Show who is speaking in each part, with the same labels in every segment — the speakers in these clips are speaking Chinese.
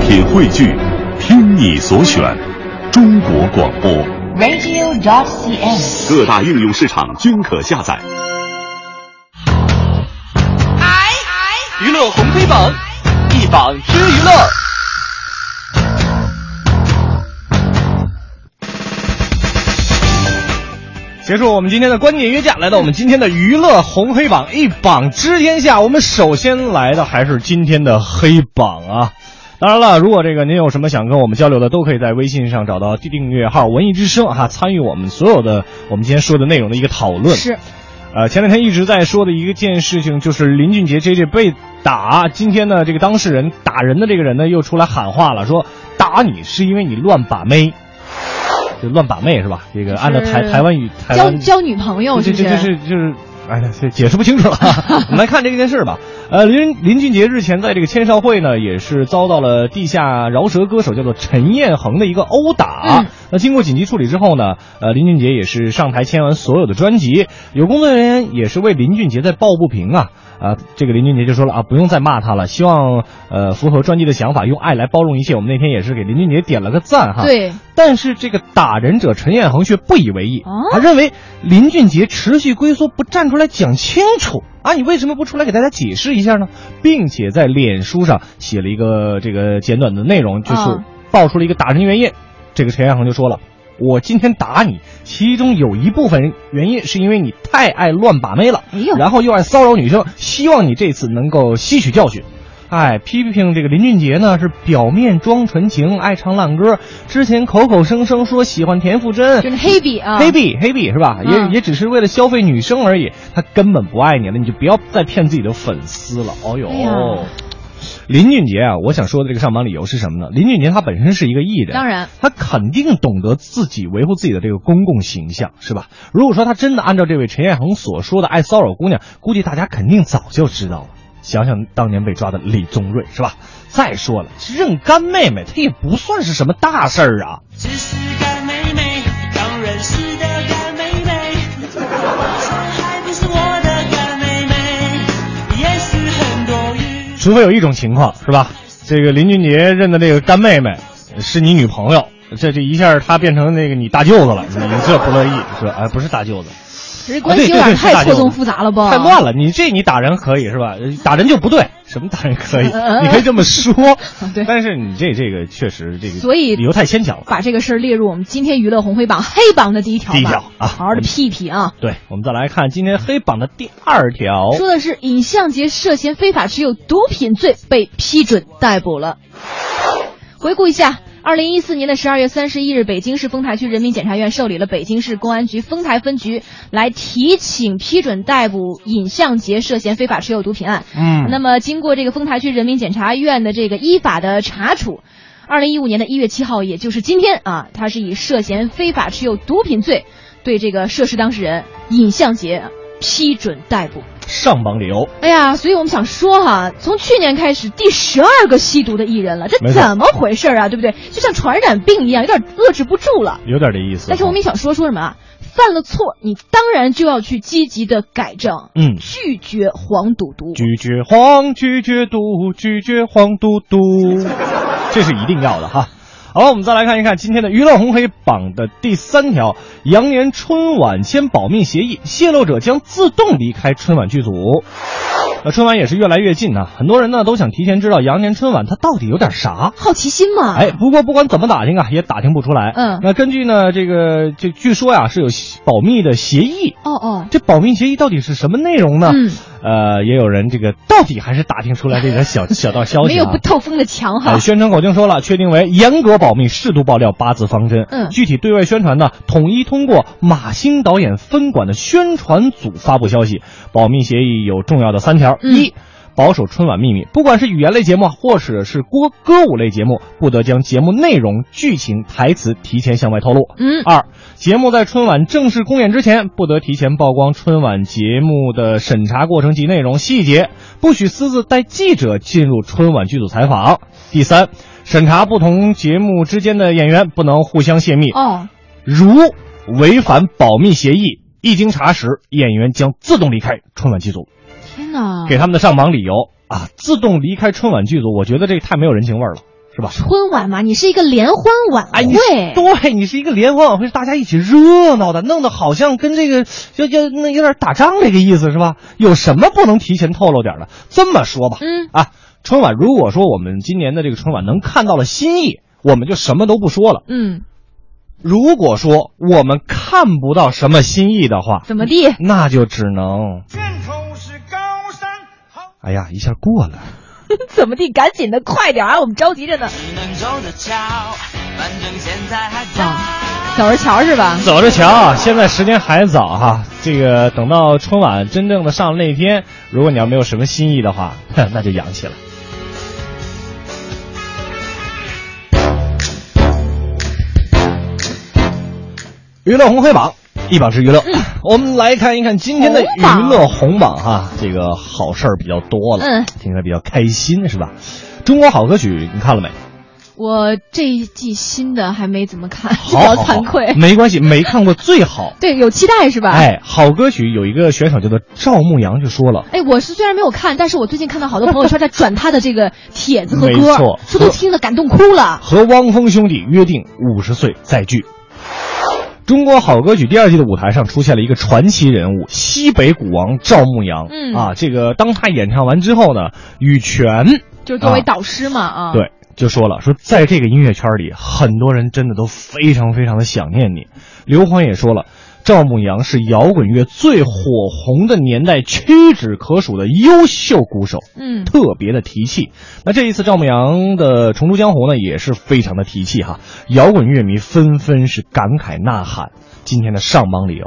Speaker 1: 品汇聚，听你所选，中国广播。
Speaker 2: radio.cn。
Speaker 1: 各大应用市场均可下载。
Speaker 3: 娱乐红黑榜，一榜之娱乐。结束我们今天的观点约架，来到我们今天的娱乐红黑榜一榜知天下。我们首先来的还是今天的黑榜啊。当然了，如果这个您有什么想跟我们交流的，都可以在微信上找到订阅号“文艺之声”哈、参与我们所有的我们今天说的内容的一个讨论。
Speaker 2: 是，
Speaker 3: 呃，前两天一直在说的一件事情，就是林俊杰 J J 被打。今天呢，这个当事人打人的这个人呢，又出来喊话了，说打你是因为你乱把妹，就乱把妹是吧？这个按照台台湾语，台
Speaker 2: 交
Speaker 3: 湾
Speaker 2: 交女朋友是
Speaker 3: 这
Speaker 2: 不是？
Speaker 3: 这这是就是。哎呀，这解释不清 楚了。我们来看这件事吧。呃，林林俊杰日前在这个签售会呢，也是遭到了地下饶舌歌手叫做陈彦恒的一个殴打。
Speaker 2: 嗯
Speaker 3: 那经过紧急处理之后呢，呃，林俊杰也是上台签完所有的专辑。有工作人员也是为林俊杰在抱不平啊。啊，这个林俊杰就说了啊，不用再骂他了，希望呃符合专辑的想法，用爱来包容一切。我们那天也是给林俊杰点了个赞哈。
Speaker 2: 对，
Speaker 3: 但是这个打人者陈彦恒却不以为意，
Speaker 2: 啊
Speaker 3: 他认为林俊杰持续龟缩，不站出来讲清楚啊，你为什么不出来给大家解释一下呢？并且在脸书上写了一个这个简短的内容，就是
Speaker 2: 啊
Speaker 3: 爆出了一个打人原因。这个陈彦恒就说了。我今天打你，其中有一部分原因是因为你太爱乱把妹了，
Speaker 2: 哎呦
Speaker 3: 然后又爱骚扰女生，希望你这次能够吸取教训。哎，批评这个林俊杰呢是表面装纯情，爱唱烂歌，之前口口声声说喜欢田馥甄，
Speaker 2: 就是黑笔啊，
Speaker 3: 黑币黑币是吧？也、
Speaker 2: 嗯
Speaker 3: 也只是为了消费女生而已，他根本不爱你了，你就不要再骗自己的粉丝了。哦呦，
Speaker 2: 哎呀
Speaker 3: 林俊杰啊，我想说的这个上榜理由是什么呢？林俊杰他本身是一个艺人，
Speaker 2: 当然
Speaker 3: 他肯定懂得自己维护自己的这个公共形象，是吧？如果说他真的按照这位陈彦恒所说的爱骚扰姑娘，估计大家肯定早就知道了。想想当年被抓的李宗瑞是吧？再说了，认干妹妹，她也不算是什么大事儿啊。
Speaker 4: 只是干妹妹，当然是的干妹妹，还不是我的干妹妹，也是很多余。
Speaker 3: 除非有一种情况是吧？这个林俊杰认的这个干妹妹是你女朋友，这这一下她变成那个你大舅子了，你这不乐意是吧？哎，不是大舅子，
Speaker 2: 这关系有
Speaker 3: 啊对对对
Speaker 2: 点
Speaker 3: 是大
Speaker 2: 太
Speaker 3: 舅
Speaker 2: 错
Speaker 3: 子
Speaker 2: 综复杂了吧？
Speaker 3: 太乱了。你这你打人可以是吧？呃打人就不对，什么打人可以？
Speaker 2: 呃，
Speaker 3: 你可以这么说
Speaker 2: 对
Speaker 3: 但是你这这个确实这个，
Speaker 2: 所以
Speaker 3: 理由太牵强了。
Speaker 2: 把这个事儿列入我们今天娱乐红黑榜黑榜的第一条吧，
Speaker 3: 第一条啊
Speaker 2: 好好的屁屁啊。
Speaker 3: 对，我们再来看今天黑榜的第二条，
Speaker 2: 说的是尹相杰涉嫌非法持有毒品罪被批准逮捕了。回顾一下。二零一四年的十二月三十一日，北京市丰台区人民检察院受理了北京市公安局丰台分局来提请批准逮捕尹相杰涉嫌非法持有毒品案。
Speaker 3: 嗯
Speaker 2: 那么经过这个丰台区人民检察院的这个依法的查处，二零一五年的一月七号，也就是今天啊，他是以涉嫌非法持有毒品罪对这个涉事当事人尹相杰批准逮捕。
Speaker 3: 上榜理由。
Speaker 2: 哎呀，所以我们想说哈，从去年开始，第十二个吸毒的艺人了，这
Speaker 3: 没错
Speaker 2: 怎么回事啊？对不对？就像传染病一样，有点遏制不住了。
Speaker 3: 有点这意思，
Speaker 2: 但是我们也想说说什么啊？犯了错，你当然就要去积极的改正，
Speaker 3: 嗯
Speaker 2: 拒绝黄赌毒。
Speaker 3: 拒绝黄，拒绝毒，拒绝黄嘟嘟，这是一定要的哈。好，我们再来看一看今天的娱乐红黑榜的第三条：羊年春晚签保密协议，泄露者将自动离开春晚剧组。那春晚也是越来越近啊，很多人呢都想提前知道羊年春晚它到底有点啥。
Speaker 2: 好奇心嘛，
Speaker 3: 哎，不过不管怎么打听啊，也打听不出来。
Speaker 2: 啊嗯
Speaker 3: 那根据呢这个这据说呀、是有保密的协议，
Speaker 2: 哦哦，
Speaker 3: 这保密协议到底是什么内容呢？
Speaker 2: 嗯，
Speaker 3: 呃，也有人这个到底还是打听出来这点小小道消
Speaker 2: 没
Speaker 3: 息
Speaker 2: 有
Speaker 3: 啊
Speaker 2: 不。透风的墙哈
Speaker 3: 呃，。宣传口径说了，确定为严格保密、适度爆料八字方针。
Speaker 2: 嗯
Speaker 3: 具体对外宣传呢，统一通过马兴导演分管的宣传组发布消息。保密协议有重要的三条：
Speaker 2: 嗯
Speaker 3: 一、保守春晚秘密，不管是语言类节目啊或者是歌歌舞类节目，不得将节目内容、剧情、台词提前向外透露。
Speaker 2: 嗯，
Speaker 3: 二，节目在春晚正式公演之前，不得提前曝光春晚节目的审查过程及内容细节，不许私自带记者进入春晚剧组采访。第三，审查不同节目之间的演员不能互相泄密，
Speaker 2: 哦，
Speaker 3: 如违反保密协议，一经查实，演员将自动离开春晚剧组。
Speaker 2: 天哪，
Speaker 3: 给他们的上榜理由啊，自动离开春晚剧组，我觉得这太没有人情味儿了，是吧？
Speaker 2: 春晚嘛，你是一个联欢晚
Speaker 3: 哎，你
Speaker 2: 会，
Speaker 3: 对你是一个联欢晚会，是大家一起热闹的，弄得好像跟这个要要那有点打仗这个意思是吧？有什么不能提前透露点儿的？这么说吧，
Speaker 2: 嗯
Speaker 3: 啊，春晚如果说我们今年的这个春晚能看到了新意，我们就什么都不说了。
Speaker 2: 嗯，
Speaker 3: 如果说我们看不到什么新意的话，
Speaker 2: 怎么地？
Speaker 3: 那就只能，
Speaker 5: 卷头是高山好。
Speaker 3: 哎呀，一下过了。
Speaker 2: 怎么地？赶紧的，快点啊！我们着急着呢。
Speaker 4: 你能走得巧，反正现在还早。
Speaker 2: 啊，小人桥是吧？
Speaker 3: 走着瞧啊，现在时间还早哈、这个等到春晚真正的上那天，如果你要没有什么新意的话， 哼那就洋气了。娱乐红黑榜，一榜是娱乐。
Speaker 2: 嗯
Speaker 3: 我们来看一看今天的娱乐红榜哈、这个好事儿比较多了，
Speaker 2: 嗯
Speaker 3: 听起来比较开心是吧？中国好歌曲你看了没？
Speaker 2: 我这一季新的还没怎么看， 比
Speaker 3: 好好
Speaker 2: 较
Speaker 3: 好
Speaker 2: 惭愧。
Speaker 3: 没关系，没看过最好。
Speaker 2: 对，有期待是吧？
Speaker 3: 哎，好歌曲有一个选手叫做赵牧阳，就说了，
Speaker 2: 哎，我是虽然没有看，但是我最近看到好多朋友圈在转他的这个帖子和
Speaker 3: 没
Speaker 2: 歌
Speaker 3: 错，
Speaker 2: 这都听得感动哭了。
Speaker 3: 和汪峰兄弟约定五十岁再聚。中国好歌曲第二季的舞台上出现了一个传奇人物——西北鼓王赵牧阳。
Speaker 2: 嗯
Speaker 3: 啊，这个当他演唱完之后呢，羽泉
Speaker 2: 就是作为
Speaker 3: 啊
Speaker 2: 导师嘛啊，
Speaker 3: 对，就说了，说在这个音乐圈里，很多人真的都非常非常的想念你。刘欢也说了，赵牧阳是摇滚乐最火红的年代屈指可数的优秀鼓手，
Speaker 2: 嗯
Speaker 3: 特别的提气。那这一次赵牧阳的《重出江湖》呢，也是非常的提气哈，摇滚乐迷纷纷是感慨呐喊。今天的上榜理由。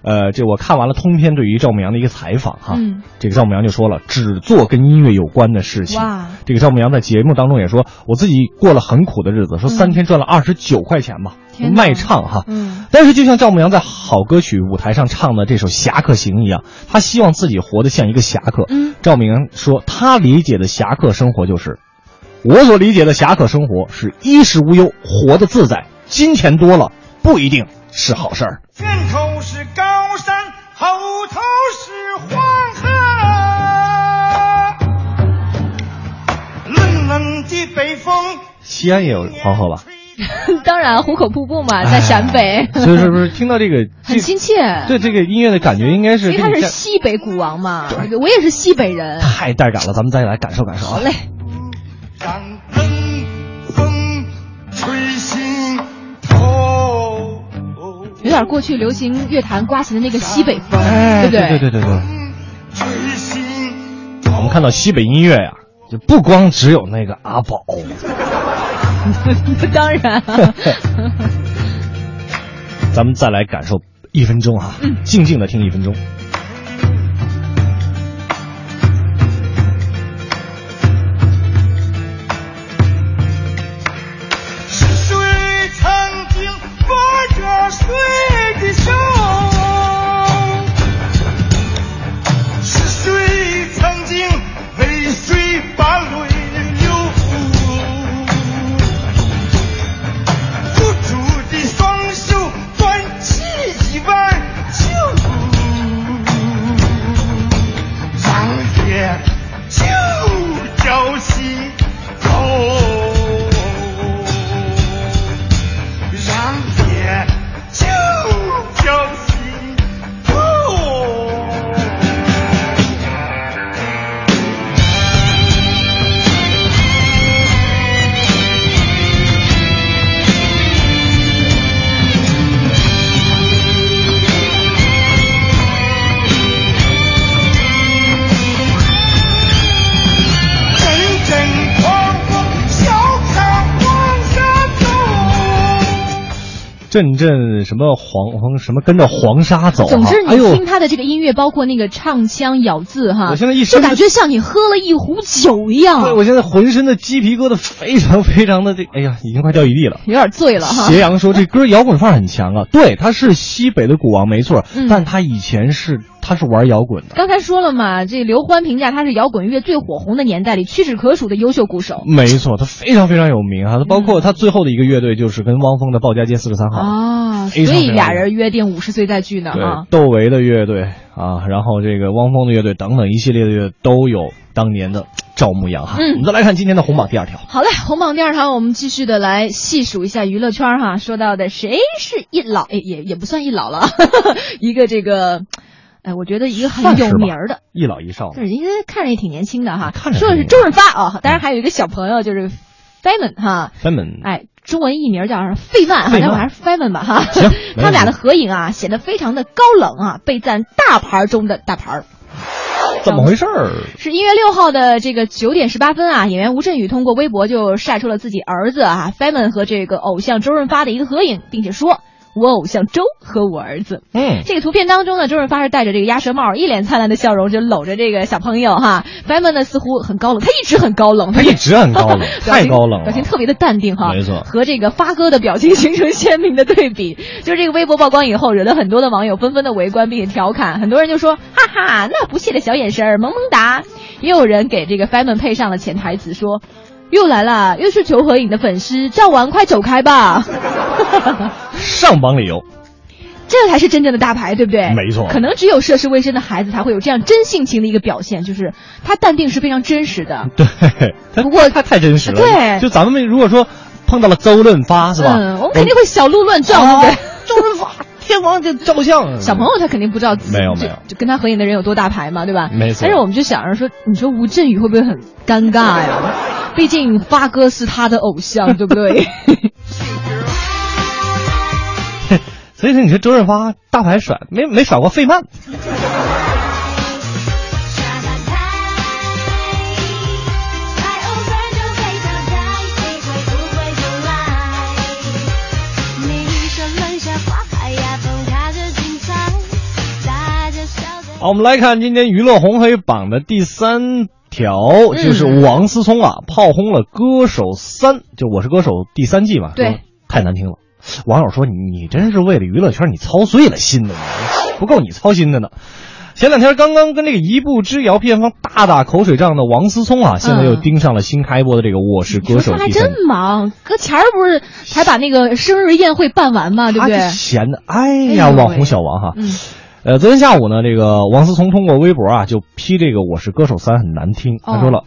Speaker 3: 呃，这我看完了通篇对于赵牧阳的一个采访哈，
Speaker 2: 嗯
Speaker 3: 这个赵牧阳就说了，只做跟音乐有关的事情。
Speaker 2: 哇
Speaker 3: 这个赵牧阳在节目当中也说，我自己过了很苦的日子，说三天赚了二十九块钱吧，
Speaker 2: 嗯天哪
Speaker 3: 卖唱哈。
Speaker 2: 嗯
Speaker 3: 但是就像赵牧阳在好歌曲舞台上唱的这首《侠客行》一样，他希望自己活得像一个侠客。
Speaker 2: 嗯，
Speaker 3: 赵牧阳说，他理解的侠客生活就是，我所理解的侠客生活是衣食无忧，活得自在，金钱多了不一定是好事儿。
Speaker 5: 卷头是高山，后头是黄河。冷冷的北风，
Speaker 3: 西安也有黄河吧？
Speaker 2: 当然虎口瀑布
Speaker 3: 啊
Speaker 2: 嘛，在陕北，
Speaker 3: 哎所以说不是听到这 个
Speaker 2: 很亲切。
Speaker 3: 对这个音乐的感觉应该是
Speaker 2: 因为他
Speaker 3: 跟你
Speaker 2: 是
Speaker 3: 家
Speaker 2: 西北鼓王嘛，我也是西北人。
Speaker 3: 太带感了，咱们再来感受感受啊。
Speaker 2: 好嘞，
Speaker 5: 让冷风吹醒头。
Speaker 2: 有点过去流行乐坛刮起的那个西北风，
Speaker 3: 哎，
Speaker 2: 不
Speaker 3: 对对对对。
Speaker 5: 吹醒
Speaker 3: 我们看到西北音乐呀、就不光只有那个阿宝，
Speaker 2: 当 然，
Speaker 3: 咱们再来感受一分钟啊，静静的听一分钟。
Speaker 5: 水曾经握着水的手，是谁曾经为谁把泪流？无助的双手攥起一碗酒，让烈酒浇心头，哦让烈酒浇心头。阵阵狂风笑看黄沙走。
Speaker 3: 阵阵什么黄黄什么跟着黄沙走、啊，
Speaker 2: 总之
Speaker 3: 哎
Speaker 2: 你
Speaker 3: 呦
Speaker 2: 听，他的这个音乐，包括那个唱腔、咬字哈，
Speaker 3: 我现在一
Speaker 2: 就
Speaker 3: 身
Speaker 2: 感觉像你喝了一壶酒一样
Speaker 3: 对，我现在浑身的鸡皮疙瘩非常非常的这，哎呀，已经快掉一地了。
Speaker 2: 有点醉了哈
Speaker 3: 斜。阳说这歌摇滚范儿很强啊，对，他是西北的鼓王没错，
Speaker 2: 嗯
Speaker 3: 但他以前是他是玩摇滚的，
Speaker 2: 刚才说了嘛，这刘欢评价他是摇滚乐最火红的年代里屈指可数的优秀鼓手。
Speaker 3: 没错，他非常非常有名
Speaker 2: 嗯
Speaker 3: 啊，他包括他最后的一个乐队就是跟汪峰的《鲍家街四十三号》
Speaker 2: 啊，所
Speaker 3: 嗯非常
Speaker 2: 以
Speaker 3: 非常
Speaker 2: 俩人约定五十岁再聚呢
Speaker 3: 对
Speaker 2: 啊，。
Speaker 3: 窦唯的乐队啊，然后这个汪峰的乐队等等一系列的乐队都有当年的赵牧阳哈。
Speaker 2: 嗯
Speaker 3: 我们再来看今天的红榜第二条，
Speaker 2: 好嘞，红榜第二条，我们继续的来细数一下娱乐圈儿哈。说到的谁是一老，哎也也不算一老了， 一个这个，哎，我觉得一个很有名儿的，
Speaker 3: 一老一少
Speaker 2: 就是人家看着也挺年轻的哈。
Speaker 3: 啊看着
Speaker 2: 说的
Speaker 3: 挺
Speaker 2: 是
Speaker 3: 年
Speaker 2: 周润发啊，当然还有一个小朋友就是 Feynman 哈，
Speaker 3: 三门，
Speaker 2: 哎，中文译名叫什么费曼哈，
Speaker 3: 费曼
Speaker 2: 那我还是 Feynman 吧哈。
Speaker 3: 行没问题
Speaker 2: 他们俩的合影啊，显得非常的高冷啊，被赞大牌儿中的大牌儿。
Speaker 3: 怎么回事儿？
Speaker 2: 是一月六号的这个九点十八分啊，演员吴镇宇通过微博就晒出了自己儿子啊 Feynman 和这个偶像周润发的一个合影，并且说。我偶像周和我儿子，
Speaker 3: 嗯，
Speaker 2: 这个图片当中呢，周润发是戴着这个鸭舌帽，一脸灿烂的笑容，就搂着这个小朋友哈。Feynman 呢似乎很高冷，他一直很高冷，，
Speaker 3: 他一直很高冷
Speaker 2: 表
Speaker 3: 太
Speaker 2: 情
Speaker 3: 高冷了，
Speaker 2: 表情特别的淡定哈，
Speaker 3: 没 错
Speaker 2: 和这个发哥的表情形成鲜明的对比。 就是这个微博曝光以后，惹得很多的网友纷纷的围观并且调侃，很多人就说：“哈哈，那不屑的小眼神儿，萌萌哒。”也有人给这个 Feynman 配上了潜台词说：“又来了，又是求合影的粉丝，照完快走开吧。
Speaker 3: 上榜理由，”
Speaker 2: 这才是真正的大牌，对不对？
Speaker 3: 没错
Speaker 2: 可能只有涉世未深的孩子才会有这样真性情的一个表现，就是他淡定是非常真实的。
Speaker 3: 对，他
Speaker 2: 不过
Speaker 3: 他太真实了，
Speaker 2: 对
Speaker 3: 就咱们如果说碰到了周润发是吧？
Speaker 2: 嗯，我们肯定会小鹿乱撞，
Speaker 3: 啊
Speaker 2: 对不对？
Speaker 3: 周润发天王这照相，
Speaker 2: 小朋友他肯定不知道自
Speaker 3: 嗯
Speaker 2: 己
Speaker 3: 没有
Speaker 2: 这
Speaker 3: 没有
Speaker 2: 就跟他合影的人有多大牌嘛，对吧？
Speaker 3: 没错
Speaker 2: 但是我们就想着说，你说吴镇宇会不会很尴尬 呀？毕竟发哥是他的偶像，对不对？
Speaker 3: 所以说，你说周润发大牌甩没没甩过费曼？好，我们来看今天娱乐红黑榜的第三条，
Speaker 2: 嗯
Speaker 3: 就是王思聪啊炮轰了《歌手三》，就《我是歌手》第三季嘛，
Speaker 2: 对
Speaker 3: 说太难听了。网友说你你真是为了娱乐圈你操碎了心的，你不够你操心的呢。前两天刚刚跟这个一步之遥片方大打口水仗的王思聪啊，现在又
Speaker 2: 嗯
Speaker 3: 盯上了新开播的这个《我是 歌手
Speaker 2: 说他》还
Speaker 3: 第三季。
Speaker 2: 真忙，搁前儿不是才把那个生日宴会办完嘛，对不对
Speaker 3: 他？就闲的，哎
Speaker 2: 哎
Speaker 3: 呀，
Speaker 2: 呦喂
Speaker 3: 网红小王哈。
Speaker 2: 嗯
Speaker 3: 呃，昨天下午呢，这个王思聪通过微博啊，就批这个《我是歌手三》很难听，
Speaker 2: 哦
Speaker 3: 他说了，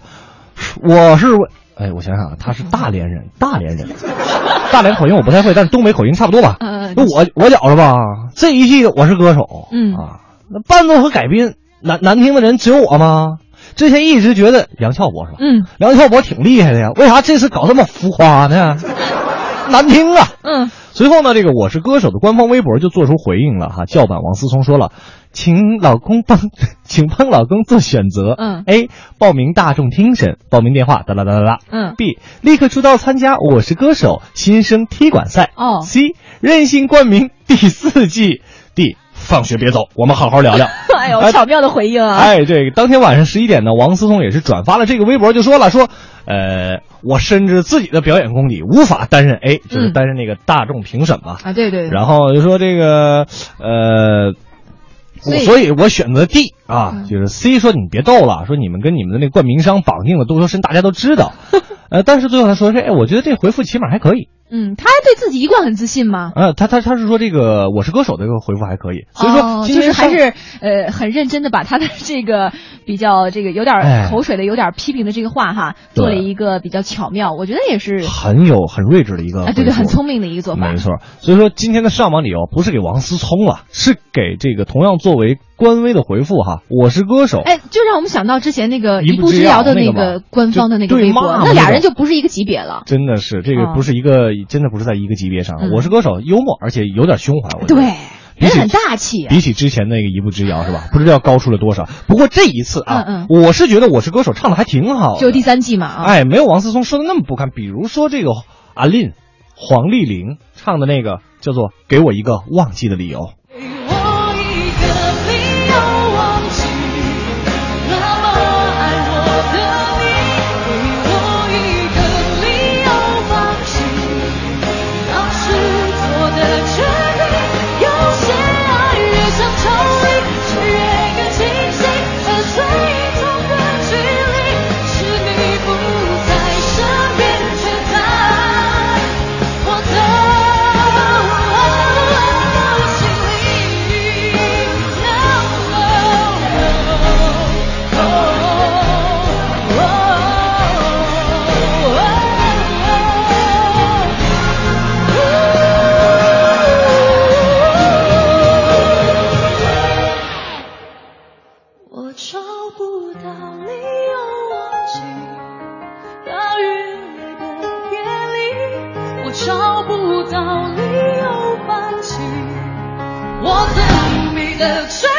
Speaker 3: 我是为，哎，我想想啊，他是大连人，大连人，大连口音我不太会，但是东北口音差不多吧。
Speaker 2: 呃
Speaker 3: 那我我觉着吧，这一季的《我是歌手，
Speaker 2: 嗯
Speaker 3: 啊，那伴奏和改编难难听的人只有我吗？之前一直觉得梁翘柏是吧？
Speaker 2: 嗯
Speaker 3: 梁翘柏挺厉害的呀，为啥这次搞这么浮夸 呢？难听啊！
Speaker 2: 嗯，
Speaker 3: 随后呢，这个《我是歌手》的官方微博就做出回应了哈，叫板王思聪说了，请老公帮， 请帮老公做选择，
Speaker 2: 嗯
Speaker 3: ，A 报名大众听审，报名电话哒哒哒哒哒，
Speaker 2: 嗯
Speaker 3: ，B 立刻出道参加《我是歌手》新生踢馆赛，
Speaker 2: 哦
Speaker 3: ，C 任性冠名第四季，D 放学别走，我们好好 聊聊。
Speaker 2: 哎呦，巧妙的回应啊！
Speaker 3: 哎，这个当天晚上十一点呢，王思聪也是转发了这个微博，就说了说，呃，我深知自己的表演功底无法担任 A，就是
Speaker 2: 嗯
Speaker 3: 担任那个大众评审嘛，
Speaker 2: 啊，对对，对
Speaker 3: 然后就说这个，呃。我
Speaker 2: 所以
Speaker 3: 所以，我选择 D 啊，就是 C 说你别逗了，说你们跟你们的那冠名商绑定了多说深，大家都知 道。呃，但是最后他说是，哎，我觉得这回复起码还可以。
Speaker 2: 嗯，他还对自己一贯很自信嘛。
Speaker 3: 啊，他他他是说这个《我是歌手》的这个回复还可以，所以说
Speaker 2: 哦
Speaker 3: 今
Speaker 2: 就
Speaker 3: 天
Speaker 2: 是还
Speaker 3: 上
Speaker 2: 是呃很认真的把他的 这个比较这个有点儿
Speaker 3: 哎
Speaker 2: 口水的、有点儿批评的这个话哈，
Speaker 3: 对
Speaker 2: 做了一个比较巧妙，我觉得也是
Speaker 3: 很有很睿智的一个回
Speaker 2: 啊，
Speaker 3: 复，
Speaker 2: 对对，很聪明的一个做法
Speaker 3: 没。错，所以说今天的上榜理由不是给王思聪了，是给这个同样作为官微的回复哈，我是歌手。
Speaker 2: 哎，就让我们想到之前那个
Speaker 3: 一
Speaker 2: 一
Speaker 3: 步
Speaker 2: 步
Speaker 3: 之
Speaker 2: 之
Speaker 3: 遥
Speaker 2: 遥的
Speaker 3: 那
Speaker 2: 那
Speaker 3: 个
Speaker 2: 个
Speaker 3: 嘛
Speaker 2: 官
Speaker 3: 就
Speaker 2: 方的那个
Speaker 3: 对
Speaker 2: 微博
Speaker 3: 骂，嘛
Speaker 2: 那俩
Speaker 3: 那
Speaker 2: 人
Speaker 3: 种
Speaker 2: 就不是一个级别了。
Speaker 3: 真的是，这个
Speaker 2: 啊
Speaker 3: 不是一个，真的不是在一个级别上。
Speaker 2: 嗯
Speaker 3: 我是歌手，幽默，而且有点胸怀。我觉得
Speaker 2: 对，
Speaker 3: 比
Speaker 2: 人
Speaker 3: 起
Speaker 2: 很大气啊。
Speaker 3: 比起之前那个一步之遥是吧？不知道高出了多少。不过这一次啊
Speaker 2: 嗯，
Speaker 3: 我是觉得我是歌手唱的还挺好的。
Speaker 2: 就第三季嘛啊，
Speaker 3: 哎，没有王思聪说的那么不堪。比如说这个阿令、黄丽玲唱的那个叫做《给我一个忘记的理由》。
Speaker 4: 我一个理由忘记那么爱我的你，给我一个理由放弃当时做的决定。有些爱越想抽离，却越更清醒，和水中的距离是你不在身边，却在我的心里。不到理由忘记，到云里的夜里，我找不到理由放弃我自命的追